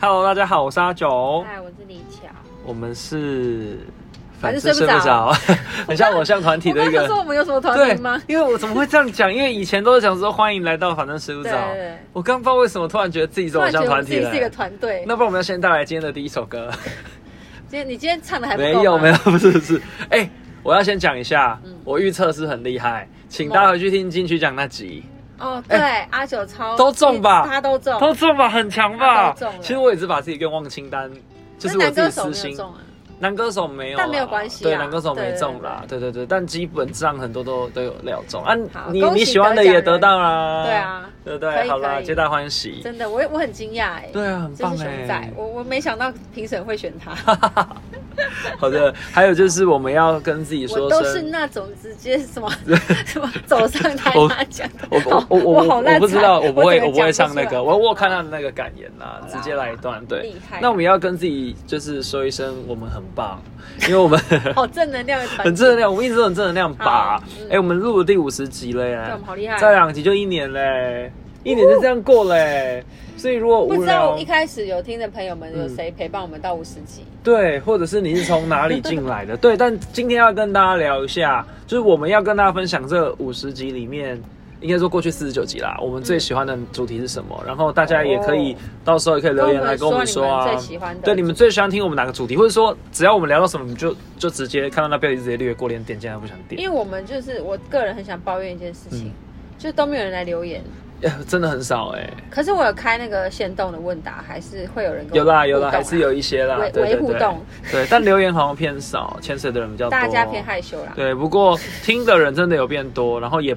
Hello，大家好，我是阿九，嗨，我是李巧。我们是反正正睡不不着， 很像偶像团体我的刚一刚说个。我们有什么团对名吗？，因为我怎么会这样讲？因为以前都是想说欢迎来到反正睡不对着对。对，我刚不知道为什么突然觉得自己是突偶然觉像得我团们自体己了是一。个团队。那不然我们要先带来今天的第一首歌。今天你今天唱的还不没够吗有没有，不是不是。哎、我要先讲一下，嗯我预测是很厉害，请大家回去听金曲奖那集，哦，对，阿九超哎都中吧他都中，都中吧，很强吧他都中了。其实我也是把自己愿望清单，就是那我男自己歌私手没有心。中啊。男歌手没有啦，但没有关系啊对，男歌手没中啦，对对对，但基本上很多都都有料中啊好，你恭喜你喜欢的也得到啦，对，啊，对不可对？以好啦，可以皆大欢喜，真的，我我很惊讶哎，对啊，很这棒是熊哎仔，，我我没想到评审会选他， 好的，还有就是我们要跟自己我说都是声。那种直接什么 什么 走上台我拿奖的，我我我我好我烂我不知道，惨我不会我我整个不会唱那讲不出个，来我我有看到那个感言啦，啦直接来一段。对厉害，那我们要跟自己就是说一声，我们很棒，因为我们好哦正能量的团体， 很正能量，我们一直都很正能量吧好嗯。哎，我们录了第五十集了耶，对，我们好厉害。再两集就一年嘞，一年就这样过嘞。所以如果不无知道聊一，开始有听的朋友们有嗯谁陪伴我们到五十集？对，或者是你是从哪里进来的，对。但今天要跟大家聊一下，就是我们要跟大家分享这五十集里面。应该说过去四十九集啦，我们最喜欢的主题是什么？然后大家也可以、嗯哦到时候也可以留言来跟跟我们我们说啊说你们最喜欢的对，你们最喜欢听我们哪个主题，或者说只要我们聊到什么，你就就直接看到那标题直接略过，连点进来都不想点。因为我们就是我个人很想抱怨一件事情，嗯就都没有人来留言。哎真的很少哎、可是我有开那个限动的问答，还是会有人跟我有啦有啦，互动啊还是有一些啦，微对对微对互动，对，但留言好像偏少，潜水的人比较多，大家偏害羞啦。对，不过听的人真的有变多，然后也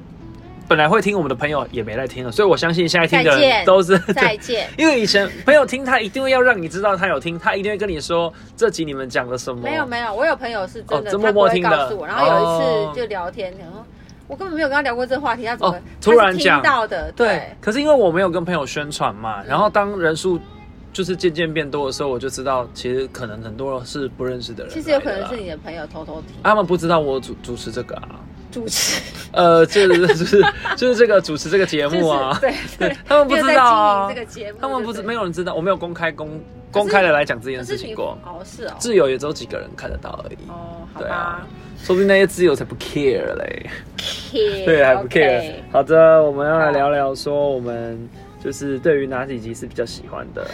本来会听我们的朋友也没来听了，所以我相信现在听的再人见都是再对。 见，因为以前朋友听他一定会要让你知道他有听，他一定会跟你说这集你们讲了什么。没有没有，我有朋友是真哦的，这他默不默会听的告诉我。然后有哦一次就聊天，然后我根本没有跟他聊过这个话题，他怎么哦突然他是讲听到的？对对，，可是因为我没有跟朋友宣传嘛，嗯然后当人数就是渐渐变多的时候，我就知道其实可能很多是不认识的人来的啦。其实有可能是你的朋友偷偷听啊他们不知道我主主持这个啊，主 持呃，就是 就是就是这个主持这个节目啊。就是 对对，他们不没有知在道经营啊这，个节目，他们不知对对没有人知道，我没有公开公可是公开的来讲这件可事是你情过，哦是哦，挚友也只有几个人看得到而已，哦好对吧啊，说不定那些挚友才不 care 嘞， care， 对，还不哎 OK care。好的，我们要来好聊聊说我们就是对于哪几集是比较喜欢 的。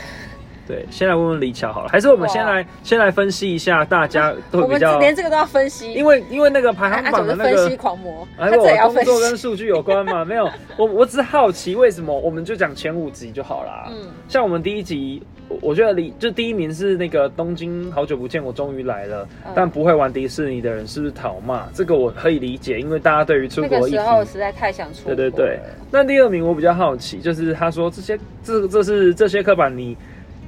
对，先来问问李巧好了，还是我们哇先来先来分析一下大家都我比们较，连这个都要分析，因为因为那个排阿行九榜是的那分个析狂魔，哎，他这也要我工分作跟析。数据有关嘛？没有，我我只是好奇为什么我们就讲前五集就好啦。嗯像我们第一集，我我觉得李就第一名是那个东京好久不见，我终于来了。嗯但不会玩迪士尼的人是不是讨骂？这个我可以理解，因为大家对于出那国个议时候题。实在太想出国对了对对，那第二名我比较好奇，就是他说这些这这是这些刻板你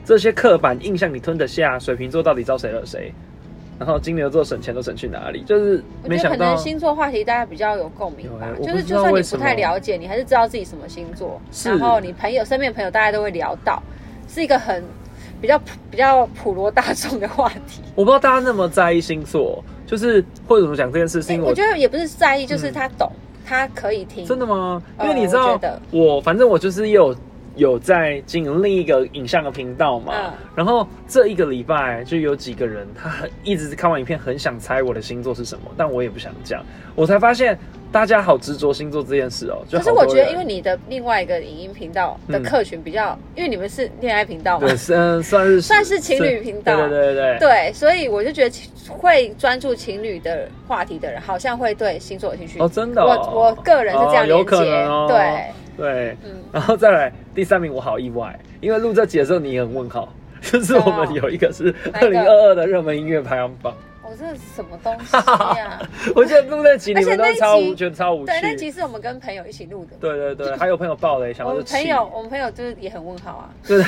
这些刻板印象你吞得下，水瓶座到底招谁惹谁？然后金牛座省钱都省去哪里？就是我没觉得可想到能星座话题大家比较有共鸣有吧哎，我就是不知道就算为你什不么太了解，你还是知道自己什么星座，是然后你朋友身边的朋友大家都会聊到，是一个很比较普比较普罗大众的话题。我不知道大家那么在意星座，就是会怎么讲这件事，是因为哎我我觉得也不是在意，就是嗯他懂，他可以听，真的吗？因为呃你知道，我觉得我反正我就是也有有在经营另一个影像的频道嘛，嗯然后这一个礼拜就有几个人，他很一直看完影片，很想猜我的星座是什么，但我也不想讲，我才发现大家好执着星座这件事哦、就可是好多我觉得，人因为你的另外一个影音频道的嗯客群比较，因为你们是恋爱频道 嘛，对，是嗯，算是算是情侣频道对对对对对。对，所以我就觉得情会专注情侣的话题的人，好像会对星座有兴趣。哦，真的哦、我我个人是这样哦有连接，可能哦，对，对，嗯，然后再来第三名，我好意外，因为录这集的时候你也很问号， 就是我们有一个是啊哪二一零个二二的热门音乐排行榜，我、哦这是什么东 西呀、我觉得录那集你们都而且那一集超无，觉得超无对，那趣。集是我们跟朋友一起录的。对对对，还有朋友爆雷，想我要就们气朋友，，我们朋友就是也很问号啊。对对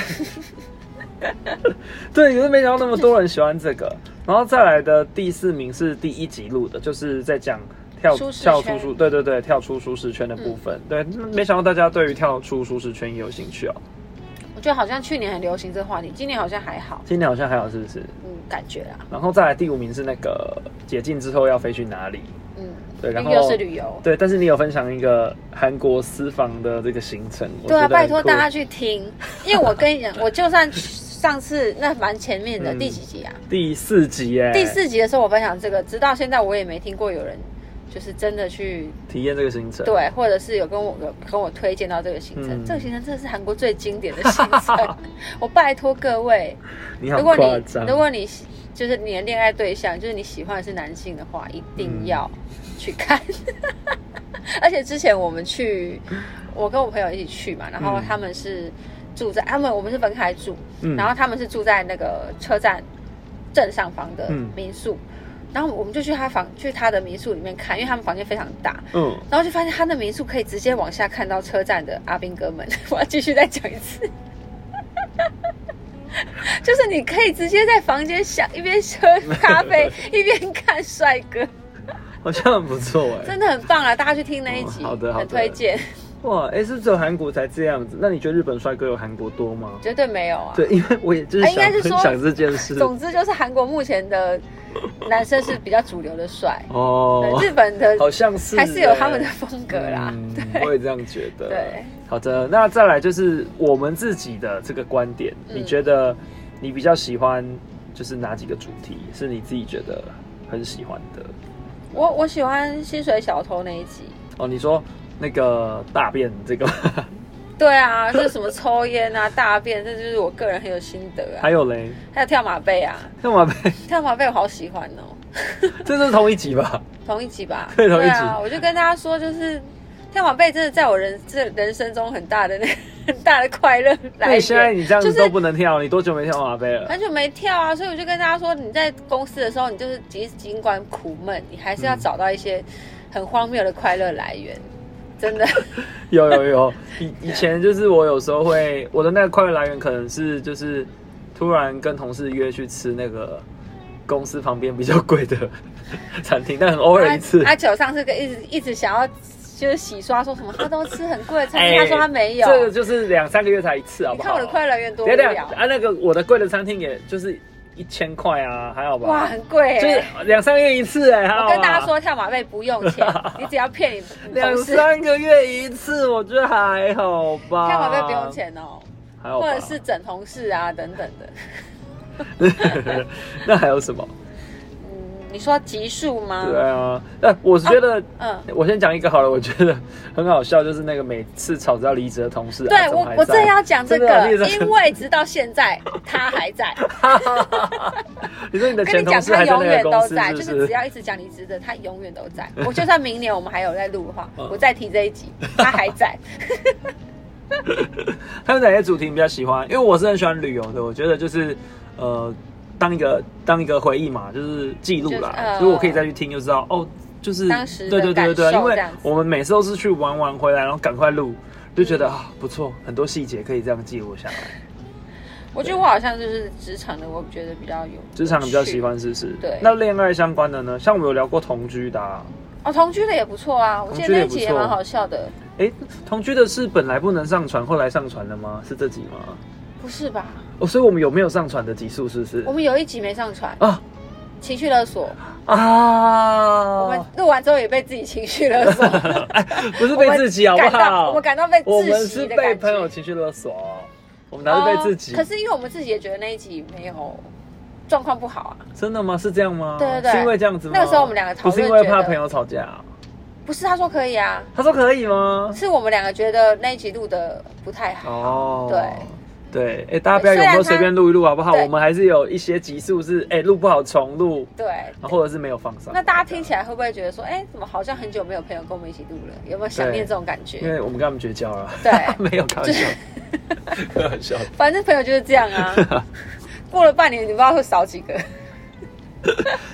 对，可是没想到那么多人喜欢这个。然后再来的第四名是第一集录的，就是在讲跳舒适跳出圈嗯舒，对对对，跳出舒适圈的部分。对，没想到大家对于跳出舒适圈也有兴趣哦。我觉得好像去年很流行这个话题，今年好像还好，今年好像还有是不是？嗯，感觉啊，然后再来第五名是那个解禁之后要飞去哪里？嗯，对，然后又是旅游。对，但是你有分享一个韩国私房的这个行程，我对啊，觉得拜很托酷大家去听，因为我跟你讲，我就算上次那蛮前面的、嗯第几集啊？第四集耶，第四集的时候我分享这个，直到现在我也没听过有人就是真的去体验这个行程，对，或者是有跟我有跟我推荐到这个行程，嗯这个行程真的是韩国最经典的行程。我拜托各位，你好如果夸你张，如果你喜就是你的恋爱对象就是你喜欢的是男性的话，一定嗯要去看。 而且之前我们去，我跟我朋友一起去嘛，然后嗯他们是住在他们我们是分开住，嗯然后他们是住在那个车站正上方的嗯民宿。然后我们就去他房，去他的民宿里面看，因为他们房间非常大，嗯，然后就发现他的民宿可以直接往下看到车站的阿兵哥们。 我要继续再讲一次， 就是你可以直接在房间想一边喝咖啡 一边看帅哥，好像很不错哎，真的很棒啊！大家去听那一集，哦好的好的很推荐，哇，哎，是不是只有韩国才这样子？那你觉得日本帅哥有韩国多吗？绝对没有啊。对，因为我也就是哎应想该是分说享这件事总之就是韩国目前的男生是比较主流的帅，哦对，日本的好像是还是有他们的哎风格啦。嗯 对我也这样觉得。对，好的，那再来就是我们自己的这个观点，嗯你觉得你比较喜欢就是哪几个主题是你自己觉得很喜欢的？我我喜欢薪水小偷那一集。哦，你说那个大便这 个， 对啊，这什么抽烟啊、大便，这就是我个人很有心得啊。还有嘞，还有跳马背啊，那马贝，跳马背我好喜欢哦，这是同一集吧？同一集吧？对同一集啊，我就跟大家说，就是跳马背真的在我人这人生中很大的那 很大的快乐那来你现在源。你这样子就是都不能跳，你多久没跳马贝了？很久没跳啊，所以我就跟大家说，你在公司的时候，你就是即尽管苦闷，你还是要嗯找到一些很荒谬的快乐来源，真的。有有有，以以前就是我有时候会，我的那个快乐来源可能是就是突然跟同事约去吃那个公司旁边比较贵的餐厅，但很偶尔一次。阿九上次跟一直一直想要就是洗刷，说什么他都吃很贵的餐哎厅，他说他没有。这个就是两三个月才一次，好你不看好？我的快乐源多无等一下等一下聊，啊，那个我的贵的餐厅也就是一千块啊，还好吧？哇，，很贵、欸。就是两三个月一次哎、还好吧我跟大家。说，跳马背不用 钱，你只要骗你两同事，跳三个月一次，我觉得还好吧。马背不用，钱哦，还好或吧？者是整同事啊等等的。 那还有什么？嗯，你说集数吗？对啊，那我是觉得嗯，我先讲一个好了，我觉得很好笑，就是那个每次吵着要离职的同事、啊，对怎我么还我在正要讲这真的啊个你也，在因为直到现在他还 在。你说你的我跟前你同讲，事他还在永那远个公都司在，是不就是是只？要一直讲离职的，他永远都在。 我就算明年我们还有在录的话，嗯我再提这一集，他还在。还有哪些主题你比较喜欢？因为我是很喜欢旅游的，我觉得就是呃，当一个当一个回忆嘛，就是记录啦，就是呃所以我可以再去听就知道哦，就是当时的对对对对对，感受因为这样子我们每次都是去玩完回来，然后赶快录，就嗯觉得啊、不错，很多细节可以这样记录下来。我觉得我好像就是职场的，我觉得比较有职场比较喜有趣欢试试。对那恋爱相关的呢？像我们有聊过同居的、啊，哦，同居的也不错啊，我记得同居的那也一集不也错蛮好笑的，哎、同居的是本来不能上传，后来上传了吗？是这集吗？不是吧？哦，所以我们有没有上传的集数？是不是我？们有一集没上传啊情绪勒索，我们啊！录完之后也被自己情绪 勒索，哎， 不是被自己好不感到好？我们感到被我窒们息是的被感朋友觉。情绪勒索，啊我们哪是被自己哦可？是因为我们自己也觉得那一集没有状况不好啊，真的吗？是这样吗？对对对是因为这样子吗？那个时候我们两个不讨论是因为觉怕得朋友吵架啊，不是他说可以啊，他说可以吗？是我们两个觉得那一集录的不太好。哦，对对，哎、大家不要有没有随便录一录好不好？对我们还是有一些集数是哎录、不好重录，对，然后或者是没有放上。那大家听起来会不会觉得说，哎，怎么好像很久没有朋友跟我们一起录了？有没有想念对这种感因觉？为我们跟他们绝交了，对 没有开玩笑， 开玩笑。反正朋友就是这 样啊。过了半年，你不知道会少几个。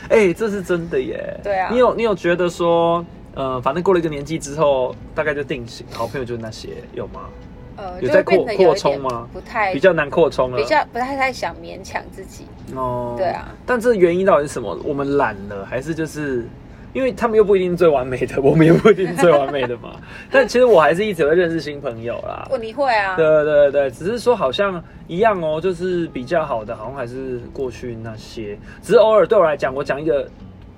哎、这是真的耶。对啊你有你有觉得说，呃，反正过了一个年纪之后，大概就定型，好朋友就是那些，有吗？呃，有就在会扩变得有扩一充点吗不太比较呃难扩充了。哎比较不太太想勉强自己。哦，对啊。但这原因到底是什么？我们懒了，还是就是因为他们又不一定最完美的， 我们也不一定最完美的嘛？但其实我还是一直会认识新朋友啦。哦，你会啊？对对对，只是说好像一样哦，就是比较好的，好像还是过去那些。只是偶尔对我来讲，我讲一个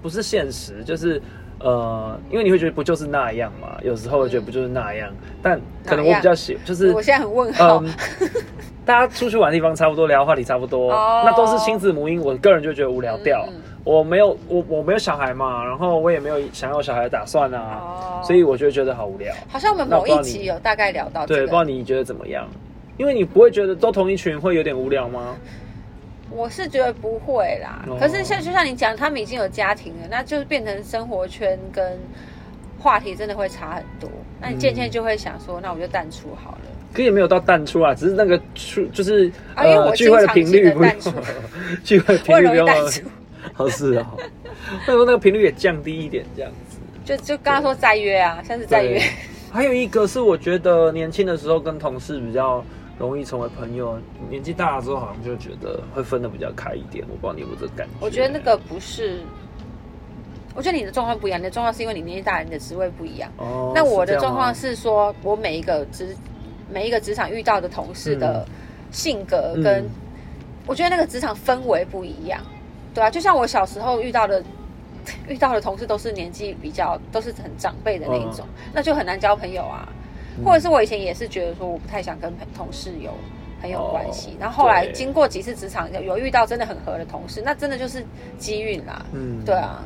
不是现实，就是呃，因为你会觉得不就是那样嘛，有时候会觉得不就是那样，但可能我比较喜，就是我现在很问号。嗯，大家出去玩的地方差不多，聊的话题差不多哦那都是亲子母婴，我个人就觉得无聊掉。嗯嗯我没有我我没有小孩嘛，然后我也没有想要小孩的打算啊，哦所以我就觉得好无聊。好像我们那我某不知道一你集有大概聊到对，这不知道个，你觉得怎么样？因为你不会觉得都同一群会有点无聊吗？我是觉得不会啦。哦可是像就像你讲，他们已经有家庭了，那就变成生活圈跟话题真的会差很多。那你渐嗯渐就会想说，那我就淡出好了。可也没有到淡出啊，只是那个出就是、呃啊因为我聚会的经常频记率得不用淡出， 聚会我频很率不容易用淡出，合适 哦。那说那个频率也降低一点这样子。就就刚刚说再约啊，下次再约对。还有一个是我觉得年轻的时候跟同事比较容易成为朋友，年纪大了之后好像就觉得会分的比较开一点。我不知道你有没有这个感觉？我觉得那个不是，我觉得你的状况不一样，你的状况是因为你年纪大，你的职位不一样。哦，那我是这的样状吗况是说，我每一个职每一个职场遇到的同事的性格跟，嗯我觉得那个职场氛围不一样，对啊，就像我小时候遇到的。 遇到的同事都是年纪比较，都是很长辈的那一种，嗯那就很难交朋友啊。或者是我以前也是觉得说，我不太想跟朋同事有很有关系哦。然后后来对经过几次职场，有遇到真的很合的同事，那真的就是机运啦。嗯对。啊，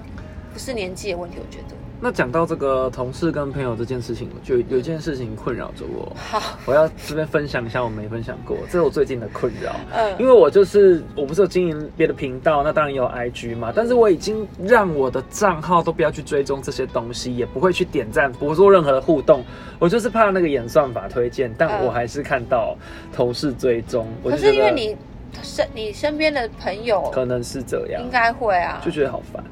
不是年纪的问题，我觉得。那讲到这个同事跟朋友这件事情，就有一件事情困扰着我。好，我要这边分享一下我没分享过，这是我最近的困扰。嗯因为我就是我不是有经营别的频道，那当然也有 IG 嘛，但是我已经让我的账号都不要去追踪这些东西，也不会去点赞，不做任何的互动。我就是怕那个演算法推荐，但嗯我还是看到同事追踪，我可就是觉因为得你身你身边的朋友可能是这样应，该会啊，就觉得好烦。哦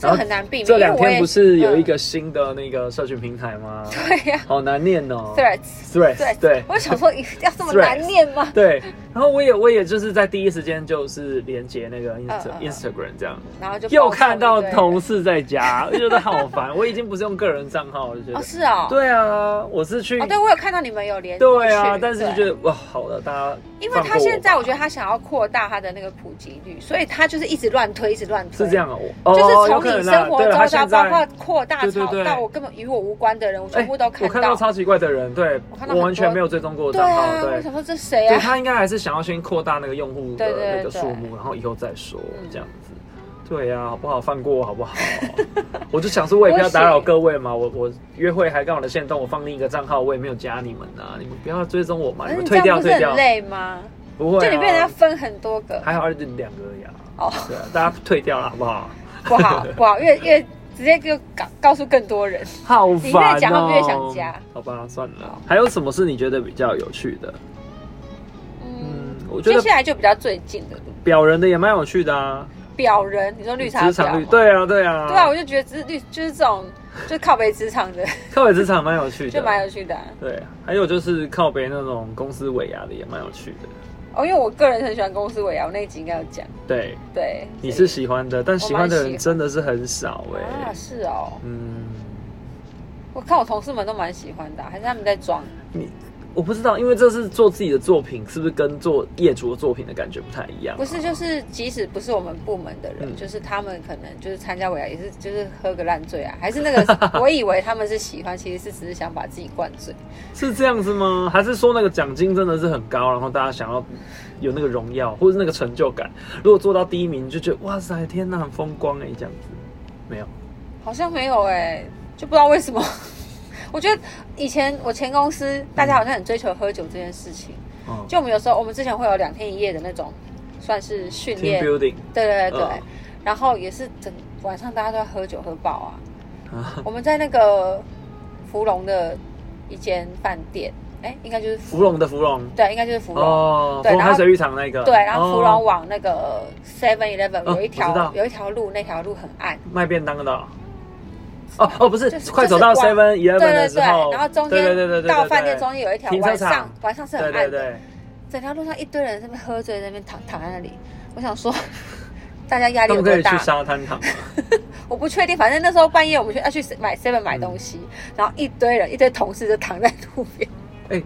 这很难避免。这两因为我天也不是有一、嗯个新的那个社群平台吗？对呀、好难念哦 t h r e a d s ，Threads，嗯 Threads 对。我想说要这么难念吗？对，然后我也我也就是在第一时间就是连接那个 Insta、嗯嗯 Instagram 这样，然后就 又看到同同事在家， 我觉得好烦。我已经不是用个人账号了，觉得、哦是哦，对啊，我是去、哦对，我有看到你们有连对啊进去，但是就觉得哇，好了，大家因为放过他现在吧我觉得他想要扩大他的那个普及率，所以他就是一直乱推，一直乱推，是这样。哦，我就是哦有从可你能啦生活对了周他遭，现包在哎括扩大对对吵对到我根本与我无关的人，我哎全部都我看到超奇怪的人，对我看到我很完全多没有追踪过的对账号，啊，对我想说这谁所以啊？他应该还是想要先扩大那个用户的对对那个对数目，然后以后再说嗯这样子。对啊呀、好不好？放过我好不好？ 我就想说，我也不要打扰各位嘛。我我约会还跟我的线动，我放另一个账号，我也没有加你们啊。你们不要追踪我嘛，可你是们嗯你退这样掉不是退掉很，累吗？不会、啊。就你被人家分很多个，还好，二两个而已啊。哦，对啊，大家退掉了好不好？不 好不好，越越直接就告告诉更多人。好你烦、哦。越讲会不越想加？好吧，算了好。还有什么是你觉得比较有趣的？嗯嗯，，我觉接得下来就比较最近的表人的也蛮有趣的啊。表人，你说绿茶职婊场绿，吗对啊，对啊。对啊，我就觉得只绿就是这种就是靠北职 场的，靠北职场蛮有趣的，就蛮有趣的啊、对，还有就是靠北那种公司尾牙的也蛮有趣的。哦，因为我个人很喜欢公司尾牙，我那一集应该有讲。对，对，你所是以喜欢的，但喜欢的人真的是很少哎、啊？是哦，嗯，我看我同事们都蛮喜欢的啊、还是他们在装？你我不知道，因为这是做自己的作品，是不是跟做业主的作品的感觉不太一样？不是，就是即使不是我们部门的人，嗯就是他们可能就是参加尾牙也是就是喝个烂醉啊，还是那个 我以为他们是喜欢，其实是只是想把自己灌醉。是这样子吗？还是说那个奖金真的是很高，然后大家想要有那个荣耀或者是那个成就感？如果做到第一名，就觉得哇塞，天呐，很风光哎、这样子。没有，好像没有哎、就不知道为什么。 我觉得以前我前公司大家好像很追求喝酒这件事情，嗯，就我们有时候我们之前会有两天一夜的那种算是训 team 练，对 building 对对对，嗯然后也是整晚上大家都在喝酒喝爆啊。啊，我们在那个芙蓉的一间饭店，哎、应该就是芙蓉的芙蓉，对，应该就是芙蓉。哦，对芙蓉然后海水浴场那个，对，然后芙蓉哦往那个 Seven Eleven 哦有一我知条、道有一条路，那条路很暗，卖便当的哦。哦哦，不是就，是快走到就是 Seven Eleven 对的对时对，候，然后中对对对对间对到对饭店中间有一条停车晚场上晚上是很对对暗的，对，整条路上一堆人在那边喝醉，在那边躺躺在那里。我想说， 大家压力他有们可多以去大？沙滩躺， 我不确定，反正那时候半夜我们去要去买嗯 Seven 买东西，然后一堆人一堆同事就躺在路边，哎，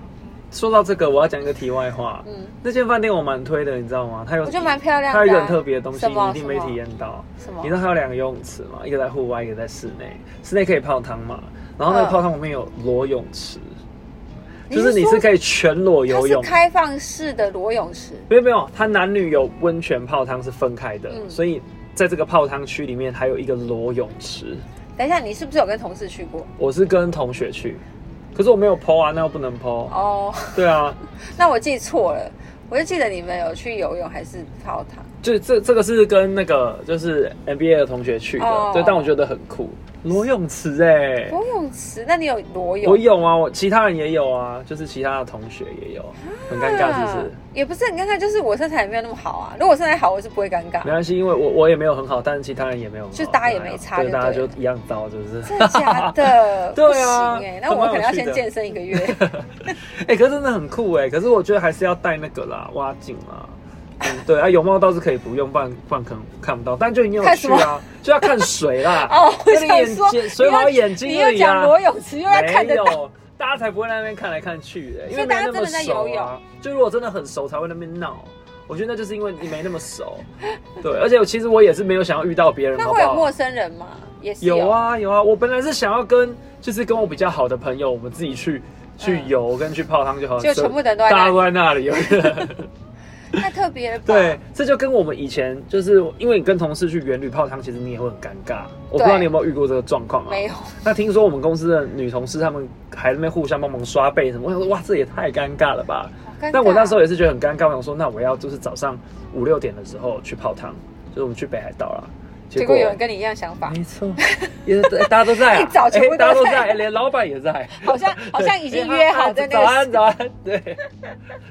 说到这个，我要讲一个题外话。嗯，那间饭店我蛮推的，你知道吗？它有 我觉得蛮漂亮的啊、它有一个很特别的东西，什你么一定没体验到。什么你知道它有两个游泳池吗？一个在户外，一个在室内。室内可以泡汤嘛，然后那个嗯泡汤旁边有裸泳池。就是你是可以全裸它游是泳。开放式的裸泳池，没有没有，它男女有温泉泡汤是分开的，嗯所以在这个泡汤区里面还有一个裸泳池。等一下，你是不是有跟同事去过？我是跟同学去，可是我没有剖啊，那又不能剖。嗯哦， 对啊，那我记错了，我就记得你们有去游泳还是泡汤。就这这个是跟那个就是 NBA 的同学去的，哦对，但我觉得很酷，裸泳池哎、游泳池，那你有裸泳？我有啊，我其他人也有啊，就是其他的同学也有，很尴尬是不是啊？也不是很尴尬，就是我身材也没有那么好啊。如果我身材好，我是不会尴尬没。关系，因为我我也没有很好，但是其他人也没有很好，就大家也没差对，就对大家了就一样糟，是不是？真的假的？ 对啊不行哎、那我可能要还蛮有趣先的健身一个月。 哎、可是真的很酷哎、可是我觉得还是要戴那个啦，蛙镜啦。嗯，对啊，泳帽倒是可以不用，不然不然可能看不到。但就你有看什去啊，就要看水啦。 哦，我那个想眼说，睛，水跑到眼睛你而又已讲啊。裸泳池，又要看没得到。有，大家才不会在那边看来看去欸的、因所为以没大家那么真的在熟游啊泳。就如果真的很熟，才会在那边闹。我觉得那就是因为你没那么熟，对。而且我其实我也是没有想要遇到别人，那好不会有好陌？生人吗？也是有。啊有啊，我本来是想要跟就是跟我比较好的朋友，我们自己去去游跟去泡汤就好了，嗯就全部的人都在大家那都里，在那里。太特别了吧？对，，这就跟我们以前就是因为你跟同事去远旅泡汤，其实你也会很尴尬。我不知道你有没有遇过这个状况啊？没有。那听说我们公司的女同事她们还在那边互相帮忙刷背什么，我想说哇，这也太尴尬了吧！好尴尬但我那时候也是觉得很尴尬，我想说那我要就是早上五六点的时候去泡汤，就是我们去北海道啦。结果有人跟你一样想法，没错，也是大家都在、啊， 一早全部哎大家都都在在，哎连老板也在，哎 好像好像已经约好在那早安个。早安，对，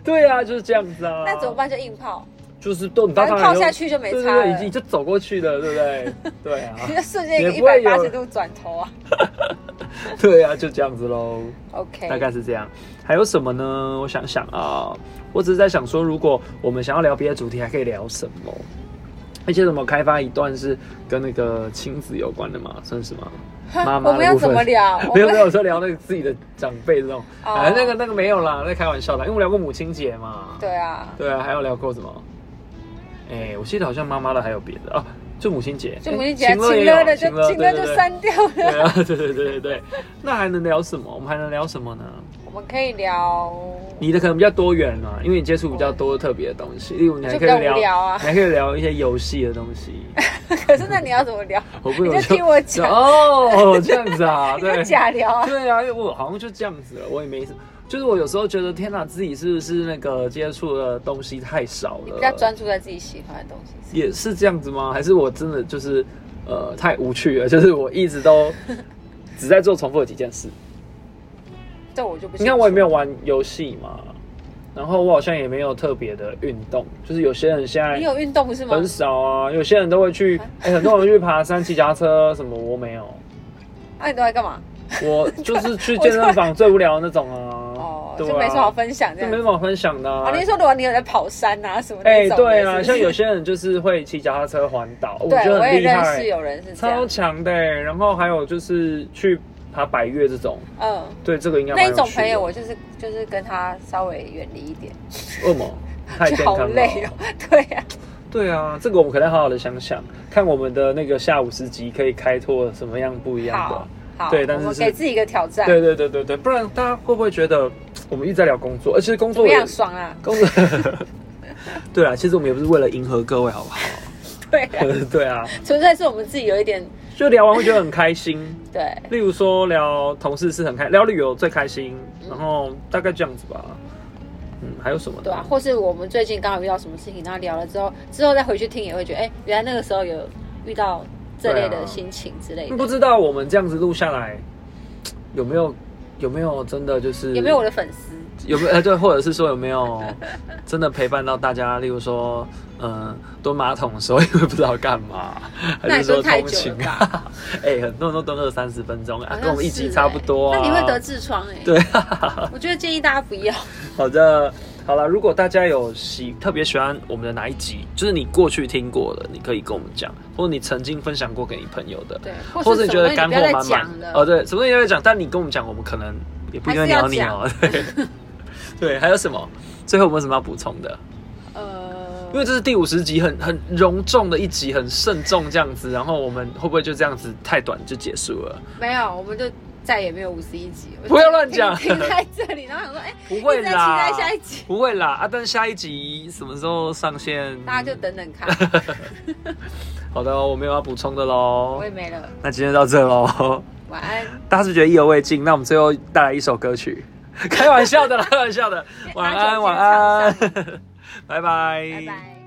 对啊，就是这样子啊。那怎么？办？就硬泡，就是都你到反当正然泡就下去就没对差对对，已了经。就走过去了，对不 对？对啊，你就瞬间一个也一不会百有八十度转头啊对啊，就这样子喽。 ！OK，大概是这样。还有什么呢？我想想啊，我只是在想说，如果我们想要聊别的主题，还可以聊什么？而且怎么开发一段是跟那个亲子有关的嘛？算是吗？妈妈我们要怎么聊？我 没有没们有，我说聊那个自己的长辈这种，哦哎，那个那个没有啦，那开玩笑的，因为我们聊过母亲节嘛。对啊，对啊，还有聊过什么？哎、我记得好像妈妈的还有别的啊，就母亲节，就母亲节哎亲了的就情勒也有亲了就。删掉对 对对对啊，对对对了。 对对，那还能聊什么？我们还能聊什么呢？我们可以聊， 你的可能比较多元嘛，因为你接触比较多特别的东西，例如你还就可比以较无聊，聊啊你。还可以聊一些游戏的东西。 可是那你要怎么聊？我 不你有就听我讲， 哦，这样子啊，你就对，假 聊啊。对啊，因为我好像就这样子了，我也没什就是我有时候觉得天哪，自己是不是那个接触的东西太少你了？比较专注在自己喜欢的东西上。也是这样子吗？还是我真的就是呃太无趣了？ 就是我一直都只在做重复的几件事。这我就不。你看我也没有。有玩游戏嘛，然后我好像也没有特别的运动，就是有些人现在你有运动不是吗？很少啊，有些人都会 去，哎、很多人去爬山、骑脚踏车什么，我没有，那啊你都在干嘛？我就是去健身房最无聊的那种啊， 哦，对就啊没什么好，分享这就样没什子。么好分享的、啊啊，你是说如果你有在跑山啊什么哎、那种的，对是啊，不是像有些人就是会骑脚踏车环岛，我觉对，得我很也厉认识害，有人是这超样。强的、欸然后还有就是去爬百越这种，嗯，对这个应该蛮那一有趣的种朋友我就是就是跟他稍微远离一点，恶魔太就健好康了，累哦。 对呀，对啊，这个我们可能好好的想想，看我们的那个下午时集可以开拓什么样不一样好的。好，对但是我们是给自己一个挑战，对对对对对，不然大家会不会觉得我们一直在聊工作，而其实工怎作么也样爽 啊？工作，对啊，其实我们也不是为了迎合各位，好不 好？对啊，对啊，纯粹是我们自己有一点就聊完会觉得很开心。对。例如说聊同事是很开，聊旅游最开心，嗯然后大概这样子吧。嗯，还有什么呢？对啊，或是我们最近刚好遇到什么事情，然后聊了之后，之后再回去听也会觉得，哎、原来那个时候有遇到这类对啊的心情之类的。不知道我们这样子录下来有没有有没有真的就是有没有我的粉丝？有没有？呃，对，或者是说有没有真的陪伴到大家？例如说，嗯，蹲马桶的时候，因为不知道干 嘛，那还你是说蹲太通久勤了啊？ 哎、很多人都蹲二三十分钟啊好，像跟我们一是集欸差不多啊。那你会得痔疮哎、对，啊我觉得建议大家不 要。好的，好了，如果大家有喜特别喜欢我们的哪一集，就是你过去听过的，你可以跟我们讲，或者你曾经分享过给你朋友的，对，或或者是什觉么得东西你干不货要再满讲满，了。哦，对，什么东西要讲，但你跟我们讲，我们可能也不一定会鸟你哦。对， 对，还有什么？最后我们有什么要补充的？因呃，为这是第五十集很，很隆重的一集，很慎重这样子。然后我们会不会就这样子太短就结束了？没有，我们就再也没有五十一集。我不要乱讲停停在这里，然后想说，哎、不一会直在期啦，待下一集，不会啦啊！但下一集什么时候上线？大家就等等看， 好的哦，我没有要补充的喽我也。没了， 那今天到这喽，晚安。 大家是不是觉得意犹未尽？那我们最后带来一首歌曲，开玩笑的啦，开玩笑的。晚安，晚拿安酒精， 拜拜，拜拜。